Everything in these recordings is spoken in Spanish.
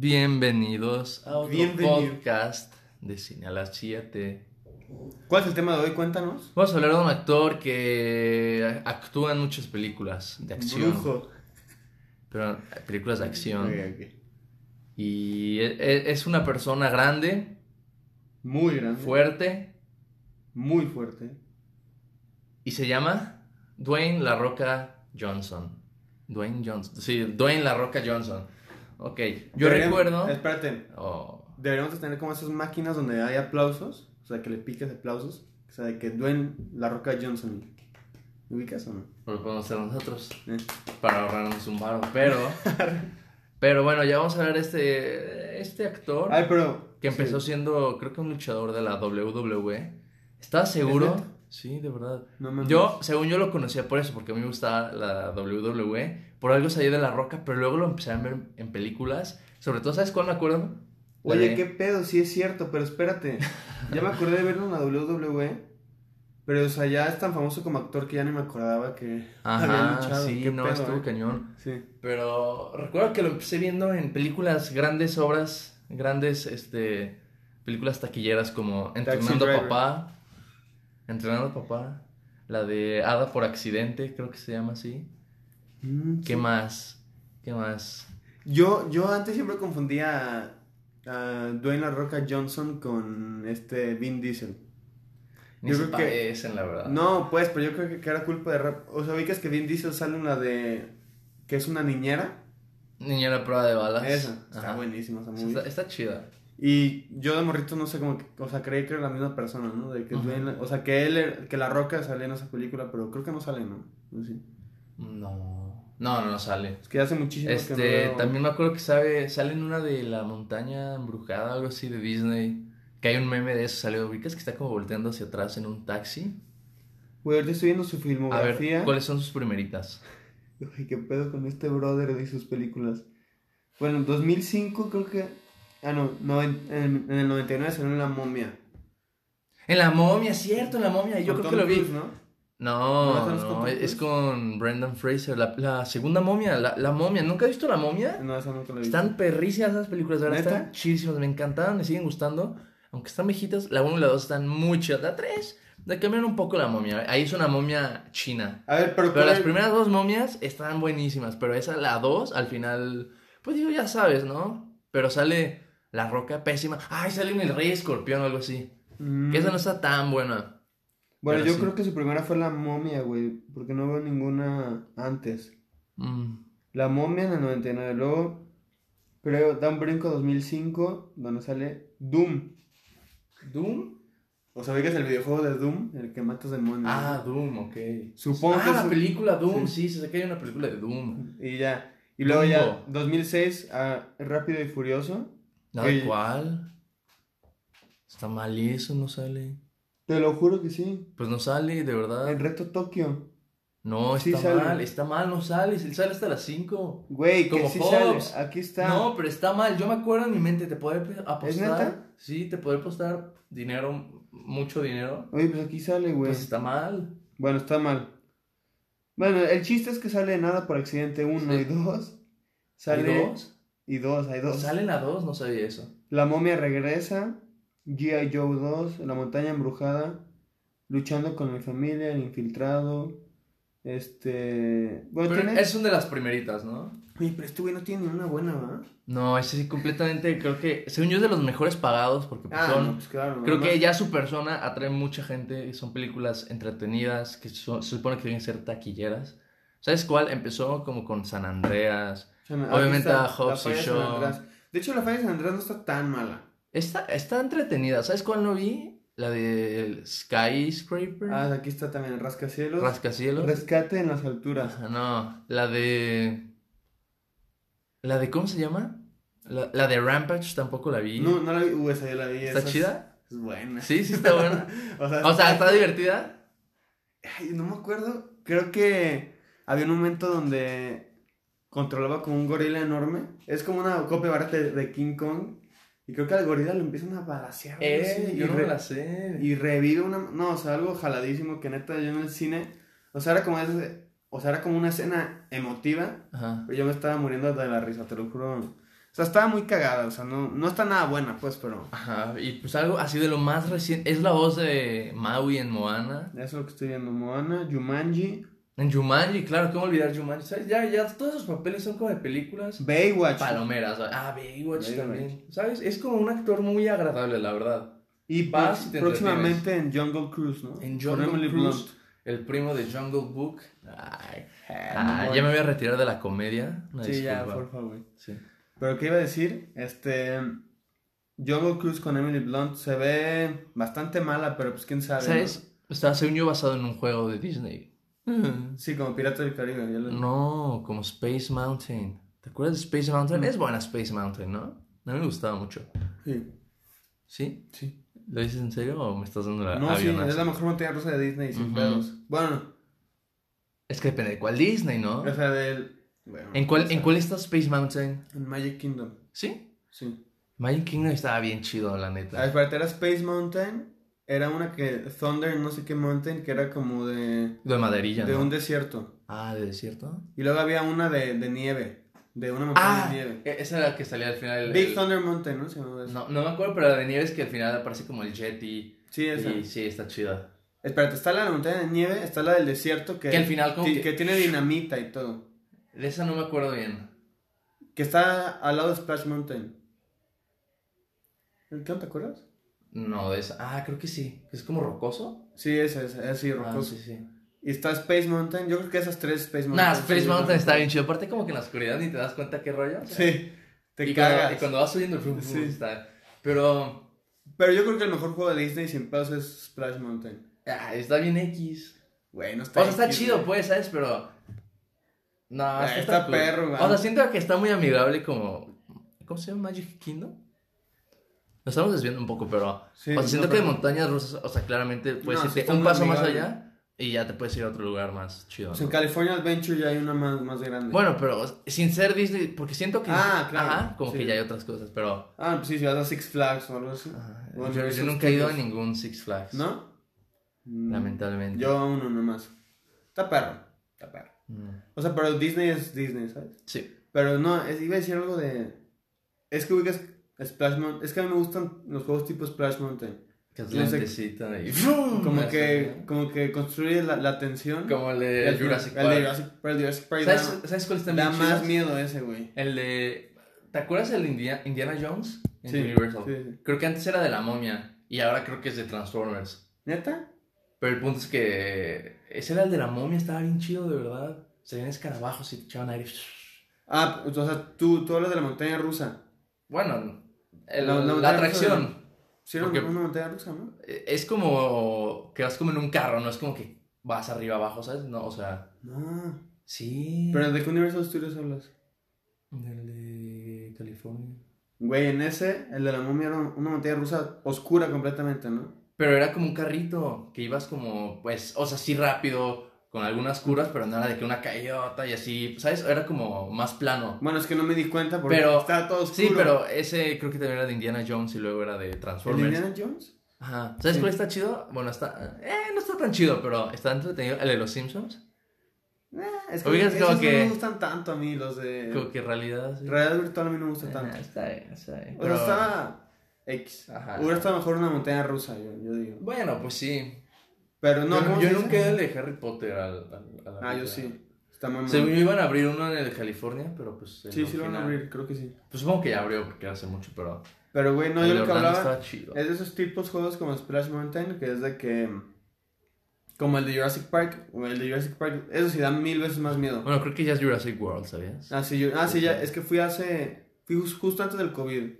Bienvenidos a otro Bienvenido. podcast de Cine a las 7. ¿Cuál es el tema de hoy? Cuéntanos. Vamos a hablar de un actor que actúa en muchas películas de acción. Brujo. Pero eh, películas de acción. Ok, ok. Y e- e- es una persona grande, Muy grande. fuerte, Muy fuerte. y se llama Dwayne La Roca Johnson. Dwayne Johnson. Sí, Dwayne La Roca Johnson. Ok, yo Deberíamos- recuerdo... Espérate. Oh. Deberíamos de tener como esas máquinas donde hay aplausos. O sea, que le picas aplausos. O sea, de que Dwayne La Roca Johnson. ¿Me ubicas o no? Pero lo podemos hacer nosotros Eh. para ahorrarnos un barro. Pero, pero bueno, ya vamos a ver este, este actor Ay, pero. que empezó sí. siendo, creo que un luchador de la WWE. ¿Estás seguro? neta? Sí, de verdad. No mames. Yo, según yo lo conocía por eso, porque a mí me gustaba la WWE. Por algo salí de La Roca, pero luego lo empecé a ver en películas. Sobre todo, ¿sabes cuál me acuerdo? La Oye, de- qué pedo, sí es cierto, pero espérate. Ya me acordé de verlo en la WWE. Pero, o sea, ya es tan famoso como actor que ya ni me acordaba que había Ajá, luchado. sí, Qué no, pedo, estuvo eh. cañón. Sí. Pero recuerdo que lo empecé viendo en películas, grandes obras, grandes este, películas taquilleras como Entrenando a Driver. Papá, Entrenando a Papá, la de Hada por Accidente, creo que se llama así. Mm, ¿Qué más? ¿Qué más? Yo, yo antes siempre confundía a, a Dwayne La Roca Johnson con este Vin Diesel. Ni Yo se creo que- parecen, la verdad. No, pues, pero yo creo que, que era culpa de rap. O sea, ubicas que Vin Diesel sale en la de. que es una niñera. Niña la prueba de balas. Esa. Ah, Ajá. Está buenísima esa Sí, movie. Está, está chida. Y yo de morrito no sé cómo. que- O sea, creí que era la misma persona, ¿no? De que Ajá. Dwayne La- o sea, que él. era- que La Roca salía en esa película, pero creo que no sale, ¿no? No sé. No. No, no, no sale. Es que hace muchísimo que no Este, veo- también me acuerdo que sabe, sale en una de la montaña embrujada, algo así de Disney. Que hay un meme de eso, salió. Ubicas que está como volteando hacia atrás en un taxi. Güey, ahorita estoy viendo su A ver, filmografía. ¿cuáles son sus primeritas? Uy, qué pedo con este brother de sus películas. Bueno, en 2005 creo que... Ah, no, no en, en- en el 99 salió La Momia. En la momia, cierto, en la momia. Eh, Yo Con creo Tom que lo vi. Cruise, ¿no? No, ¿No es con Tom no, Cruise? es con Brendan Fraser. La, la segunda momia, la, la momia. ¿Nunca has visto la momia? No, esa nunca la vi. Están perrísimas esas películas, de ¿verdad? ¿Neta? Están chidísimas, me encantaban, me siguen gustando. Aunque están viejitas, la 1 y la 2 están muy chidas. La 3, le cambiaron un poco la momia. Ahí es una momia china. A ver, pero... Pero ¿cuál las es- primeras dos momias están buenísimas, pero esa, la dos, al final, pues digo, ya sabes, ¿no? Pero sale la roca pésima. Ay, sale en el rey escorpión o algo así. Mm. Que esa no está tan buena. Bueno, pero yo sí. creo que su primera fue La Momia, güey. Porque no veo ninguna antes. Mm, La Momia en el 99. Luego, creo, da un brinco a 2005, donde sale Doom. ¿Doom? O sea, es el videojuego de Doom, el que matas demonios. Ah, Doom, ok. Supongo ah, que la su- película Doom, sí. se sé que hay una película de Doom. Y ya. Y luego ya, Dumbo. 2006, a ah, Rápido y Furioso. ¿La de Sí. cuál? Está mal y eso, no sale. Te lo juro que sí. Pues no sale, de El verdad. reto Tokio. No, Sí está sale. mal, está mal, no sale. Él sale hasta las 5. Güey, que Como sí Hobbs. sale. Aquí está. No, pero está mal. Yo me acuerdo en mi mente, te podré pe- apostar. ¿Es neta? Sí, te podré apostar dinero, mucho dinero. Oye, pues aquí sale, güey. Pues está mal. Bueno, está mal. Bueno, el chiste es que sale nada por accidente uno Sí. y dos. Sale. ¿Sale dos? Y dos, hay dos. Salen a dos, no sabía eso. La momia regresa. G.I. Joe 2. La montaña embrujada. Luchando con mi familia. El infiltrado. Este. Bueno, Pero tiene. es una de las primeritas, ¿no? Oye, pero este güey no tiene ni una buena, ¿verdad? No, ese sí completamente, creo que, según yo es de los mejores pagados porque pues, Ah, son... no, pues claro. Creo que además- ya su persona atrae mucha gente y son películas entretenidas que son- se supone que deben ser taquilleras. ¿Sabes cuál? Empezó como con San Andreas. O sea, me- obviamente aquí está a Hobbs La y Falla de San Shaw. Andrés. De hecho, la falla de San Andrés no está tan mala. Está, está entretenida. ¿Sabes cuál no vi? La del Skyscraper. Ah, aquí está también el rascacielos. Rascacielos. Rescate en las alturas. Ah, No, la de. La de. ¿Cómo se llama? La, la de Rampage tampoco la vi. No, no la vi. Uh, esa yo la vi. ¿Está esa es- chida? Es buena. Sí, sí está buena. O sea, O sea, está divertida. ay, no me acuerdo. Creo que había un momento donde controlaba como un gorila enorme. Es como una copia barata de, de King Kong. Y creo que al gorila lo empiezan a balasear. ¿no? Eh, Sí, Eh, y re- sé. Y revive una. No, o sea, algo jaladísimo que neta yo en el cine. O sea, era como ese- O sea, era como una escena emotiva. Ajá. Pero yo me estaba muriendo de la risa, te lo juro. O sea, estaba muy cagada, o sea, no, no está nada buena, pues, pero Ajá, y pues algo así de lo más reciente. Es la voz de Maui en Moana. eso es lo que estoy viendo. Moana, Jumanji, En Jumanji, claro, ¿cómo olvidar Jumanji? ¿Sabes? Ya, ya, todos esos papeles son como de películas. Baywatch. Palomeras, ¿sabes? ah, Baywatch Baywatch. también. ¿Sabes? Es como un actor muy agradable, la verdad. Y Vas y te próximamente en Jungle Cruise, ¿no? En Con Jungle Emily Cruise, Blunt. el primo de Jungle Book. Ay, Ah, ay, ya me voy a retirar de la comedia. Una Sí, ya, disculpa. por favor. Sí. Pero qué iba a decir, este Jungle Cruise con Emily Blunt se ve bastante mala, pero pues quién sabe. ¿no? ¿Sabes? Está, según yo, basado en un juego de Disney. Sí, como Piratas del Caribe. ya lo- No, como Space Mountain. ¿Te acuerdas de Space Mm. Mountain? Es buena Space Mountain, ¿no? A mí me gustaba mucho. Sí, ¿Sí? sí. ¿Lo dices en serio o me estás dando la No, sí, avionada? es la mejor montaña rusa de Disney, sin Ujú. pedos. Bueno, Es que depende de cuál Disney, ¿no? o sea, del. bueno, ¿En cuál, o sea, ¿En cuál está Space Mountain? en Magic Kingdom, ¿Sí? sí. Magic Kingdom estaba bien chido, la La neta. espérate, era Space Mountain. Era una que. Thunder, no sé qué mountain, que era como de. De maderilla, De ¿no? un desierto. Ah, ¿de desierto? Y luego había una de, de nieve. De una montaña Ah, de nieve. e- esa era la que salía al final. el- Big el- Thunder Mountain, ¿no? Se llamaba eso. No, no me acuerdo, pero la de nieve es que al final aparece como el jetty. Sí, esa. Y sí, está chida. Espérate, está la de montaña de nieve, está la del desierto que, Que al final como ti- que- que tiene dinamita y todo. De esa no me acuerdo bien. Que está al lado de Splash Mountain. ¿El qué? ¿Te acuerdas? No, de esa. Ah, creo que sí. ¿Es como rocoso? Sí, esa, esa, es sí, Ah, rocoso. sí, sí. Y está Space Mountain, yo creo que esas tres Space Mountain. Nah, Space sí, Mountain yo- está bien chido. Aparte, como que en la oscuridad ni te das cuenta qué rollo. o sea, Sí, te y cuando, cagas. y cuando vas subiendo, frum, frum, Sí. está. Pero. Pero yo creo que el mejor juego de Disney sin pedos es Splash Mountain. ah, está bien X. Bueno, está O sea, está X, chido, güey. pues, ¿sabes? Pero. No, Ah, es que está perro, O güey. sea, siento que está muy amigable como. ¿Cómo se llama Magic Kingdom? Nos estamos desviando un poco, pero. Sí, o sea, no, siento que pero- de montañas rusas, o sea, claramente puedes No, sí irte está un muy paso más amigable. allá y ya te puedes ir a otro lugar más chido. O ¿no? sea, en California Adventure ya hay una más, más grande. Bueno, pero sin ser Disney, porque siento que. Ah, claro, Ajá, como sí. que ya hay otras cosas, pero. Ah, pues sí, si vas a Six Flags o algo así. ajá, Bueno, yo, yo esos nunca he ido a tipos. ningún Six Flags. ¿No? Mm. Lamentablemente. Yo uno nomás. Está perro. Está perro. Mm, O sea, pero Disney es Disney, ¿sabes? Sí. Pero no, es- iba a decir algo de. Es que ubicas Splash Mountain. Es que a mí me gustan los juegos tipo Splash Mountain. Que es Yo sé- lentecita y. Como Así, que, ¿no? como que construye la, la tensión. Como el de el Jurassic el Park. de Jurassic Park. El de Jurassic Park ¿Sabes, da, ¿Sabes cuál está da bien chido? más miedo ese, güey. El de. ¿Te acuerdas el de India- Indiana Jones? En Sí, Universal. sí, sí. Creo que antes era de la momia y ahora creo que es de Transformers. ¿Neta? Pero el punto es que. Ese era el de la momia, estaba bien chido, de verdad. Se veían escarabajos y te echaban aire. Ah, o sea, tú, tú hablas de la montaña rusa. Bueno, el- La- la la, montaña atracción. Sí, era Porque- una montaña rusa, ¿no? Es como que vas como en un carro, no es como que vas arriba abajo, ¿sabes? No, o sea. No. Sí. Pero ¿de qué Universal Studios hablas? El de California. Güey, en ese, el de la momia era una montaña rusa oscura completamente, ¿no? Pero era como un carrito que ibas como, pues, o sea, sí rápido, con algunas curvas, pero no era de que una cayota y así, ¿sabes? Era como más plano. Bueno, es que no me di cuenta porque Pero- estaba todo oscuro. Sí, pero ese creo que también era de Indiana Jones y luego era de ¿El de Transformers. Indiana Jones? Ajá. ¿Sabes Sí. cuál está chido? Bueno, está. Eh, no está tan chido, pero está entretenido. El de los Simpsons. Eh, es que Ubicas esos como no que- me gustan tanto a mí, los de... Como que en realidad. sí. Realidad virtual a mí no me gusta Ah, tanto. está bien, está bien. O sea, eh, Pero- estaba X. Ajá. Hubiera estado mejor una montaña rusa, yo, yo digo. Bueno, pues sí. Pero no, yo ¿cómo yo se nunca dice? he ido al de Harry Potter al, al- a la Ah, yo película. sí. Está mamón. Según yo iban a abrir uno en el de California, pero pues. en Sí, el sí lo van a final- abrir, creo que sí. Pues supongo que ya abrió porque hace mucho, pero. Pero, güey, no, el yo de lo que Orlando hablaba... estaba chido. Es de esos tipos juegos como Splash Mountain, que es de que. Como el de Jurassic Park, o el de Jurassic Park, eso sí da mil veces más miedo. Bueno, creo que ya es Jurassic World, ¿sabías? Ah, sí, yo- ah, sí, ya, es que fui hace. Fui jus- justo antes del COVID.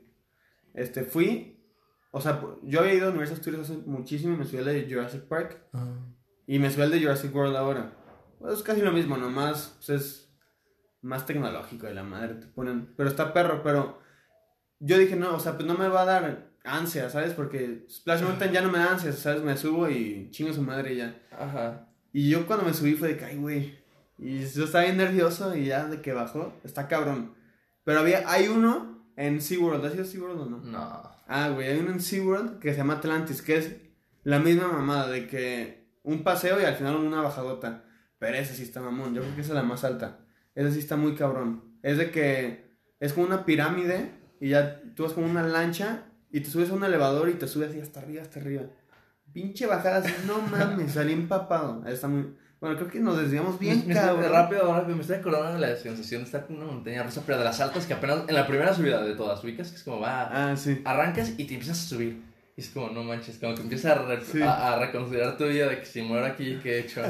Este, fui. O sea, pu- yo había ido a Universal Studios hace muchísimo y me subí al de Jurassic Park. Y me subí al de Jurassic World ahora. Pues es casi lo mismo, nomás pues es más tecnológico de la madre, te ponen. Pero está perro, pero yo dije, no, o sea, pues no me va a dar ansia, ¿sabes? Porque Splash Mountain ya no me da ansia, ¿sabes? Me subo y chingo a su madre y ya. Ajá. Y yo cuando me subí fue de que, ay, güey. Y yo estaba bien nervioso y ya de que bajó, está cabrón. Pero había, hay uno en SeaWorld, ¿has ido a SeaWorld o no? No. Ah, güey, hay uno en SeaWorld que se llama Atlantis, que es la misma mamada de que un paseo y al final una bajadota. Pero esa sí está mamón, yo creo que esa es la más alta. Esa sí está muy cabrón. Es de que es como una pirámide y ya tú vas como una lancha y te subes a un elevador y te subes así hasta arriba, hasta arriba. Pinche bajadas, no mames, salí empapado. Ahí Está muy... Bueno, creo que nos desviamos bien, me, cabrón. me- rápido, rápido, me estoy acordando de la sensación de estar con una montaña rusa, pero de las altas que apenas, en la primera subida de todas, ubicas que es como va, Ah, sí. arrancas y te empiezas a subir. Y es como, no manches, como que empiezas a, re- Sí. a, a reconsiderar tu vida de que si muero aquí, ¿qué he hecho?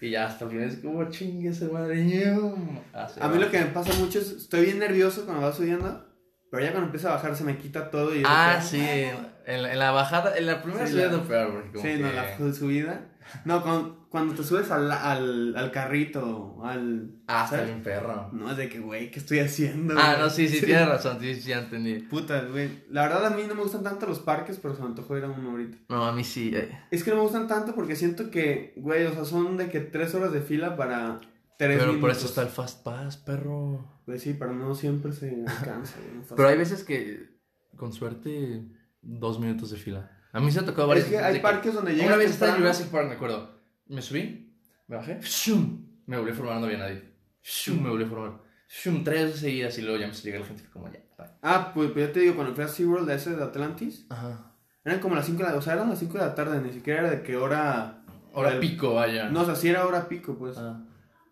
y ya hasta el final es como, "Oh, chingue su madre. ñum". Así A Este, va. mí lo que me pasa mucho es, estoy bien nervioso cuando va subiendo, pero ya cuando empieza a bajar se me quita todo y... es Ah, de que- sí, en la, en la bajada, en la primera Sí, subida la- es lo peor, porque como Sí, no, que- la ju- subida. No, cuando, cuando te subes al, al, al carrito, al... Ah, está ¿sabes? bien perro. No, es de que, güey, ¿qué estoy haciendo? Ah, güey? no, sí, sí, tienes razón, sí, sí, ya entendí. Puta, güey. La verdad a mí no me gustan tanto los parques, pero se me antojó ir a uno ahorita. No, a mí sí. eh. Es que no me gustan tanto porque siento que, güey, o sea, son de que tres horas de fila para tres Pero por minutos. eso está el Fast Pass, perro. Pues sí, pero no siempre se alcanza. güey, no pasa Pero hay veces que, con suerte, dos minutos de fila. A mí se ha tocado nada. Es varias que veces hay de que- parques donde llegas Una vez estaba en temprano. Jurassic Park, me acuerdo. Me subí, me bajé, ¡shum! me volví formando bien ahí. ¡shum! Me volví a formar. ¡shum! Tres veces seguidas y luego ya me llega la gente y fue como ya. bye. Ah, pues, pues, yo te digo, cuando fui a SeaWorld de ese de Atlantis, Ajá. eran como las 5 de la... O sea, eran las 5 de la tarde, ni siquiera era de qué hora... Ahora del- pico, vaya. No, o sea, sí era hora pico, pues. Ah.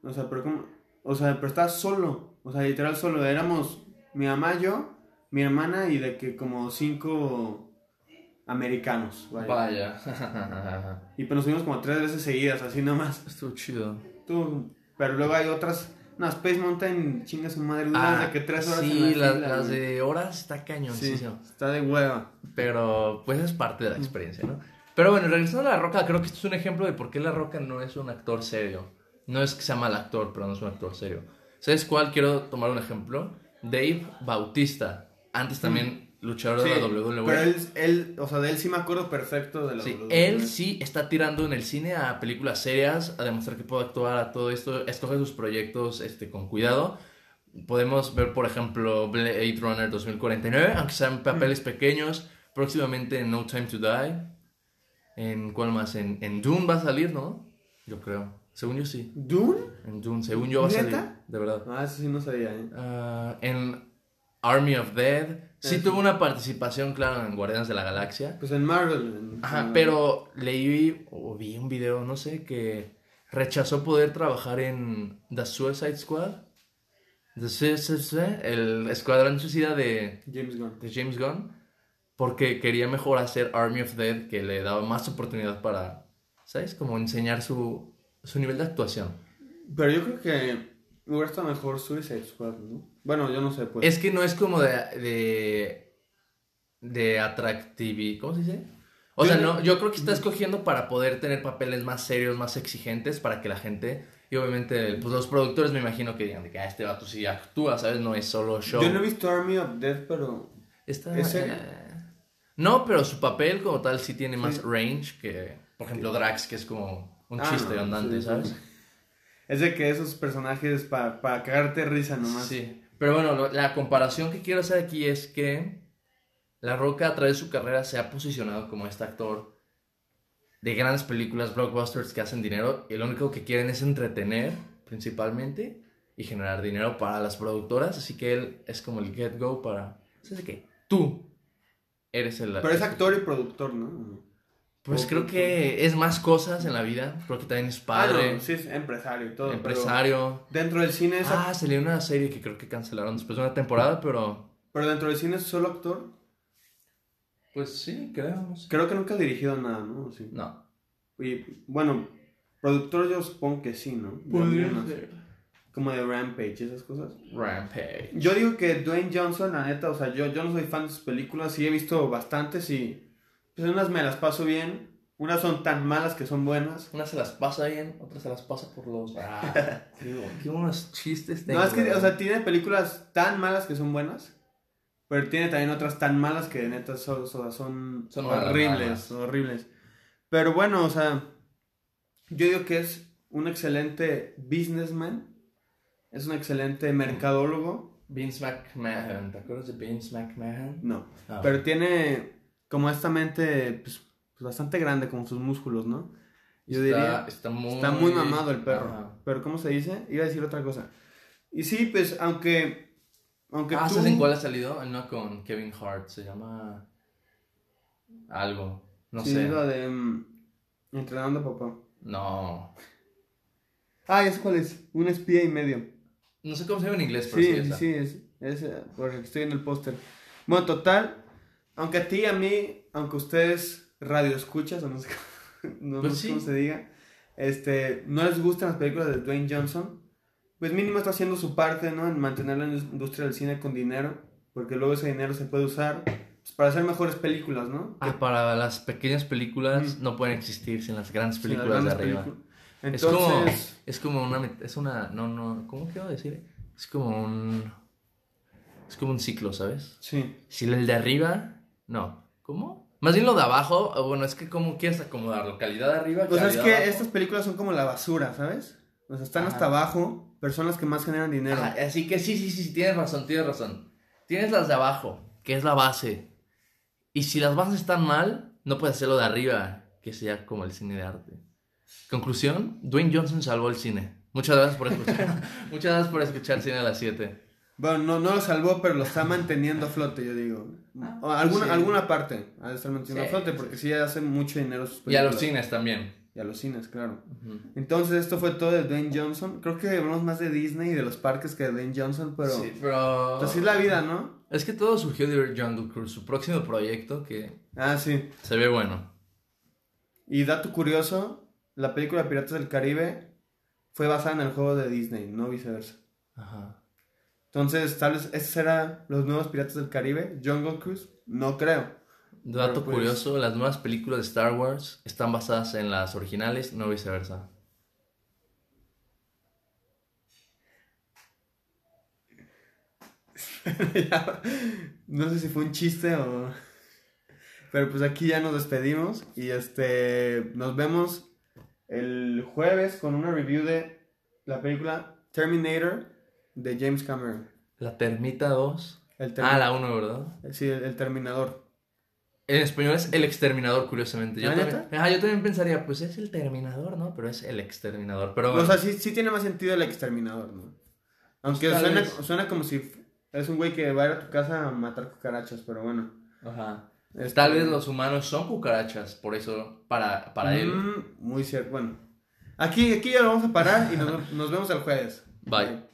O sea, pero como... O sea, pero estaba solo. O sea, literal solo. Éramos mi mamá, yo, mi hermana y de que como cinco americanos. vaya. Vaya. Y pues nos subimos como tres veces seguidas, así nomás. Estuvo chido. Tú, pero luego hay otras... No, Space Mountain, chinga su madre, una de que tres horas en Ah, sí, la las, fila, las güey. de horas está Sí, Mm. cañoncísimo. está de hueva. Pero pues es parte de la experiencia, ¿no? Pero bueno, regresando a La Roca, creo que esto es un ejemplo de por qué La Roca no es un actor serio. No es que sea mal actor, pero no es un actor serio. ¿Sabes cuál? Quiero tomar un ejemplo. Dave Bautista. Antes también luchador Mm. Sí, de la E. WWE. Pero él, él, o sea, de él sí me acuerdo perfecto de la E. Sí, WWE. él sí está tirando en el cine a películas serias, a demostrar que puede actuar a todo esto, escoge sus proyectos este, con cuidado. Podemos ver, por ejemplo, Blade Runner 2049, aunque sean papeles pequeños, próximamente en No Time to Die. ¿En cuál más? En, en Dune va a salir, ¿no? Yo creo. Según yo sí. ¿Dune? En Dune, según yo va a ¿Neta? salir. De verdad. Ah, eso sí no sabía, ¿eh? Ah, en Army of Dead. Sí Eso. tuvo una participación, claro, en Guardianes de la Galaxia. Pues en Marvel. en- Ajá, en- pero leí o vi un video, no sé, que rechazó poder trabajar en The Suicide Squad. The Suicide Squad, el escuadrón suicida de, James Gunn. de James Gunn, porque quería mejor hacer Army of Dead, que le daba más oportunidad para, ¿sabes? Como enseñar su, su nivel de actuación. Pero yo creo que hubiera estado mejor Suicide Squad, ¿no? Bueno, yo no sé, pues. Es que no es como de. de. de atractivi- ¿Cómo se dice? O Yo sea, le- no, yo creo que está escogiendo para poder tener papeles más serios, más exigentes, para que la gente. Y obviamente, pues los productores me imagino que digan de que ah, este vato sí actúa, ¿sabes? No es solo show. Yo no he visto Army of Death, pero. Está- eh, ¿Es serio? No, pero su papel como tal sí tiene más Sí. range que, por ejemplo, Drax, que es como un Ah, chiste no, andante, sí. ¿sabes? Es de que esos personajes para, para cagarte risa nomás. Sí, pero bueno, lo- la comparación que quiero hacer aquí es que La Roca a través de su carrera se ha posicionado como este actor de grandes películas, blockbusters que hacen dinero y lo único que quieren es entretener principalmente y generar dinero para las productoras, así que él es como el get-go para... pues, ¿Sabes qué? Tú eres el... Pero es actor y productor, ¿no? Pues creo que es más cosas en la vida, creo que también es Ah, padre, no, sí, es empresario y todo. pero empresario. dentro del cine es. ac- Ah, salió una serie que creo que cancelaron después de una temporada, pero... Pero dentro del cine es solo actor. Pues sí, creo, no sé. Creo que nunca ha dirigido nada, ¿no? Sí. No. Y bueno, productor yo supongo que sí, ¿no? Algunas, Como de Rampage, esas cosas. Rampage. Yo digo que Dwayne Johnson, la neta, o sea, yo, yo no soy fan de sus películas, sí he visto bastantes y pues unas me las paso bien, unas son tan malas que son buenas. Una se las pasa bien, otra se las pasa por los. Ah, tío, qué unos chistes tengo. eh. No, es que, güey. o sea, tiene películas tan malas que son buenas, pero tiene también otras tan malas que neta son, son, son Son malas, horribles, malas. horribles. Pero bueno, o sea, yo digo que es un excelente businessman, es un excelente mercadólogo, Vince McMahon, ¿te acuerdas de Vince McMahon? no, Ah, pero tiene como esta mente pues, pues, bastante grande, como sus músculos, ¿no? Yo está, diría, Está muy, está muy mamado el perro, Ajá. pero ¿cómo se dice? Iba a decir otra cosa. Y sí, pues aunque Aunque Ah, tú- ¿sabes en cuál ha salido? En una con Kevin Hart, se llama... Algo, no sí, sé. la de mm, Entrenando a Papá. No, Ah, ¿es cuál es? Un espía y medio. no sé cómo se llama en inglés, pero Pues sí, Sí, sí, esa. sí, es, es, eh, porque estoy en el póster. Bueno, total, aunque a ti y a mí, aunque ustedes radio escuchas, o no sé, cómo- no Pues sé sí. cómo se diga, este, no les gustan las películas de Dwayne Johnson, pues mínimo está haciendo su parte, ¿no? En mantener la indus- industria del cine con dinero, porque luego ese dinero se puede usar pues, para hacer mejores películas, ¿no? Ah, para las pequeñas películas no pueden existir sin las grandes películas de Mm. grandes arriba. películas. Es como- Entonces, Es como una... met- Es una... No, no... ¿Cómo quiero decir? Es como un... Es como un ciclo, ¿sabes? sí, Si el de arriba... No. ¿Cómo? Más bien lo de abajo... o Bueno, es que cómo quieres acomodarlo. Calidad de arriba, O sea, Pues es calidad que abajo. estas películas son como la basura, ¿sabes? O sea, están Ajá. Ah, hasta abajo, pero son las que más generan dinero. Ajá, así que sí, sí, sí, sí, tienes razón, tienes razón. Tienes las de abajo, que es la base. Y si las bases están mal, no puedes hacerlo de arriba, que sea como el cine de arte. Conclusión, Dwayne Johnson salvó el cine. Muchas gracias por escuchar. Muchas gracias por escuchar Cine a las 7. Bueno, no, no lo salvó, pero lo está manteniendo a flote, yo digo. Ah, O alguna, sí. alguna parte ha de estar manteniendo Sí, a flote, porque sí hace mucho dinero sus Y a los películas. cines también. Y a los cines, claro. Ujú. Entonces, esto fue todo de Dwayne Johnson. Creo que hablamos más de Disney y de los parques que de Dwayne Johnson, pero... Sí, pero... Así Pues es la vida, ¿no? Es que todo surgió de Jungle Cruise, su próximo proyecto que Ah, sí. se ve bueno. Y dato curioso, la película Piratas del Caribe fue basada en el juego de Disney, no viceversa. Ajá. Entonces, tal vez estos eran los nuevos Piratas del Caribe. Jungle Cruise, no creo. Dato Pero, pues, curioso, las nuevas películas de Star Wars están basadas en las originales, no viceversa. no sé si fue un chiste o... Pero pues aquí ya nos despedimos y este nos vemos el jueves con una review de la película Terminator de James Cameron. La Termita 2. El Ah, Termi- la 1, ¿verdad? Sí, el, el Terminador. En español es El Exterminador, curiosamente. Yo ¿Ah, también, neta? ajá, yo también pensaría, pues es el Terminador, ¿no? Pero es El Exterminador. Pero O bueno, sea, sí, sí tiene más sentido el Exterminador, ¿no? Aunque Pues, tal suena, vez. suena como si f- es un güey que va a ir a tu casa a matar cucarachas, pero bueno. ajá. Este- Pues, Tal vez los humanos son cucarachas, por eso, para, para él. Mm, Muy cierto. Bueno, aquí, aquí ya lo vamos a parar y nos, nos vemos el jueves. Bye.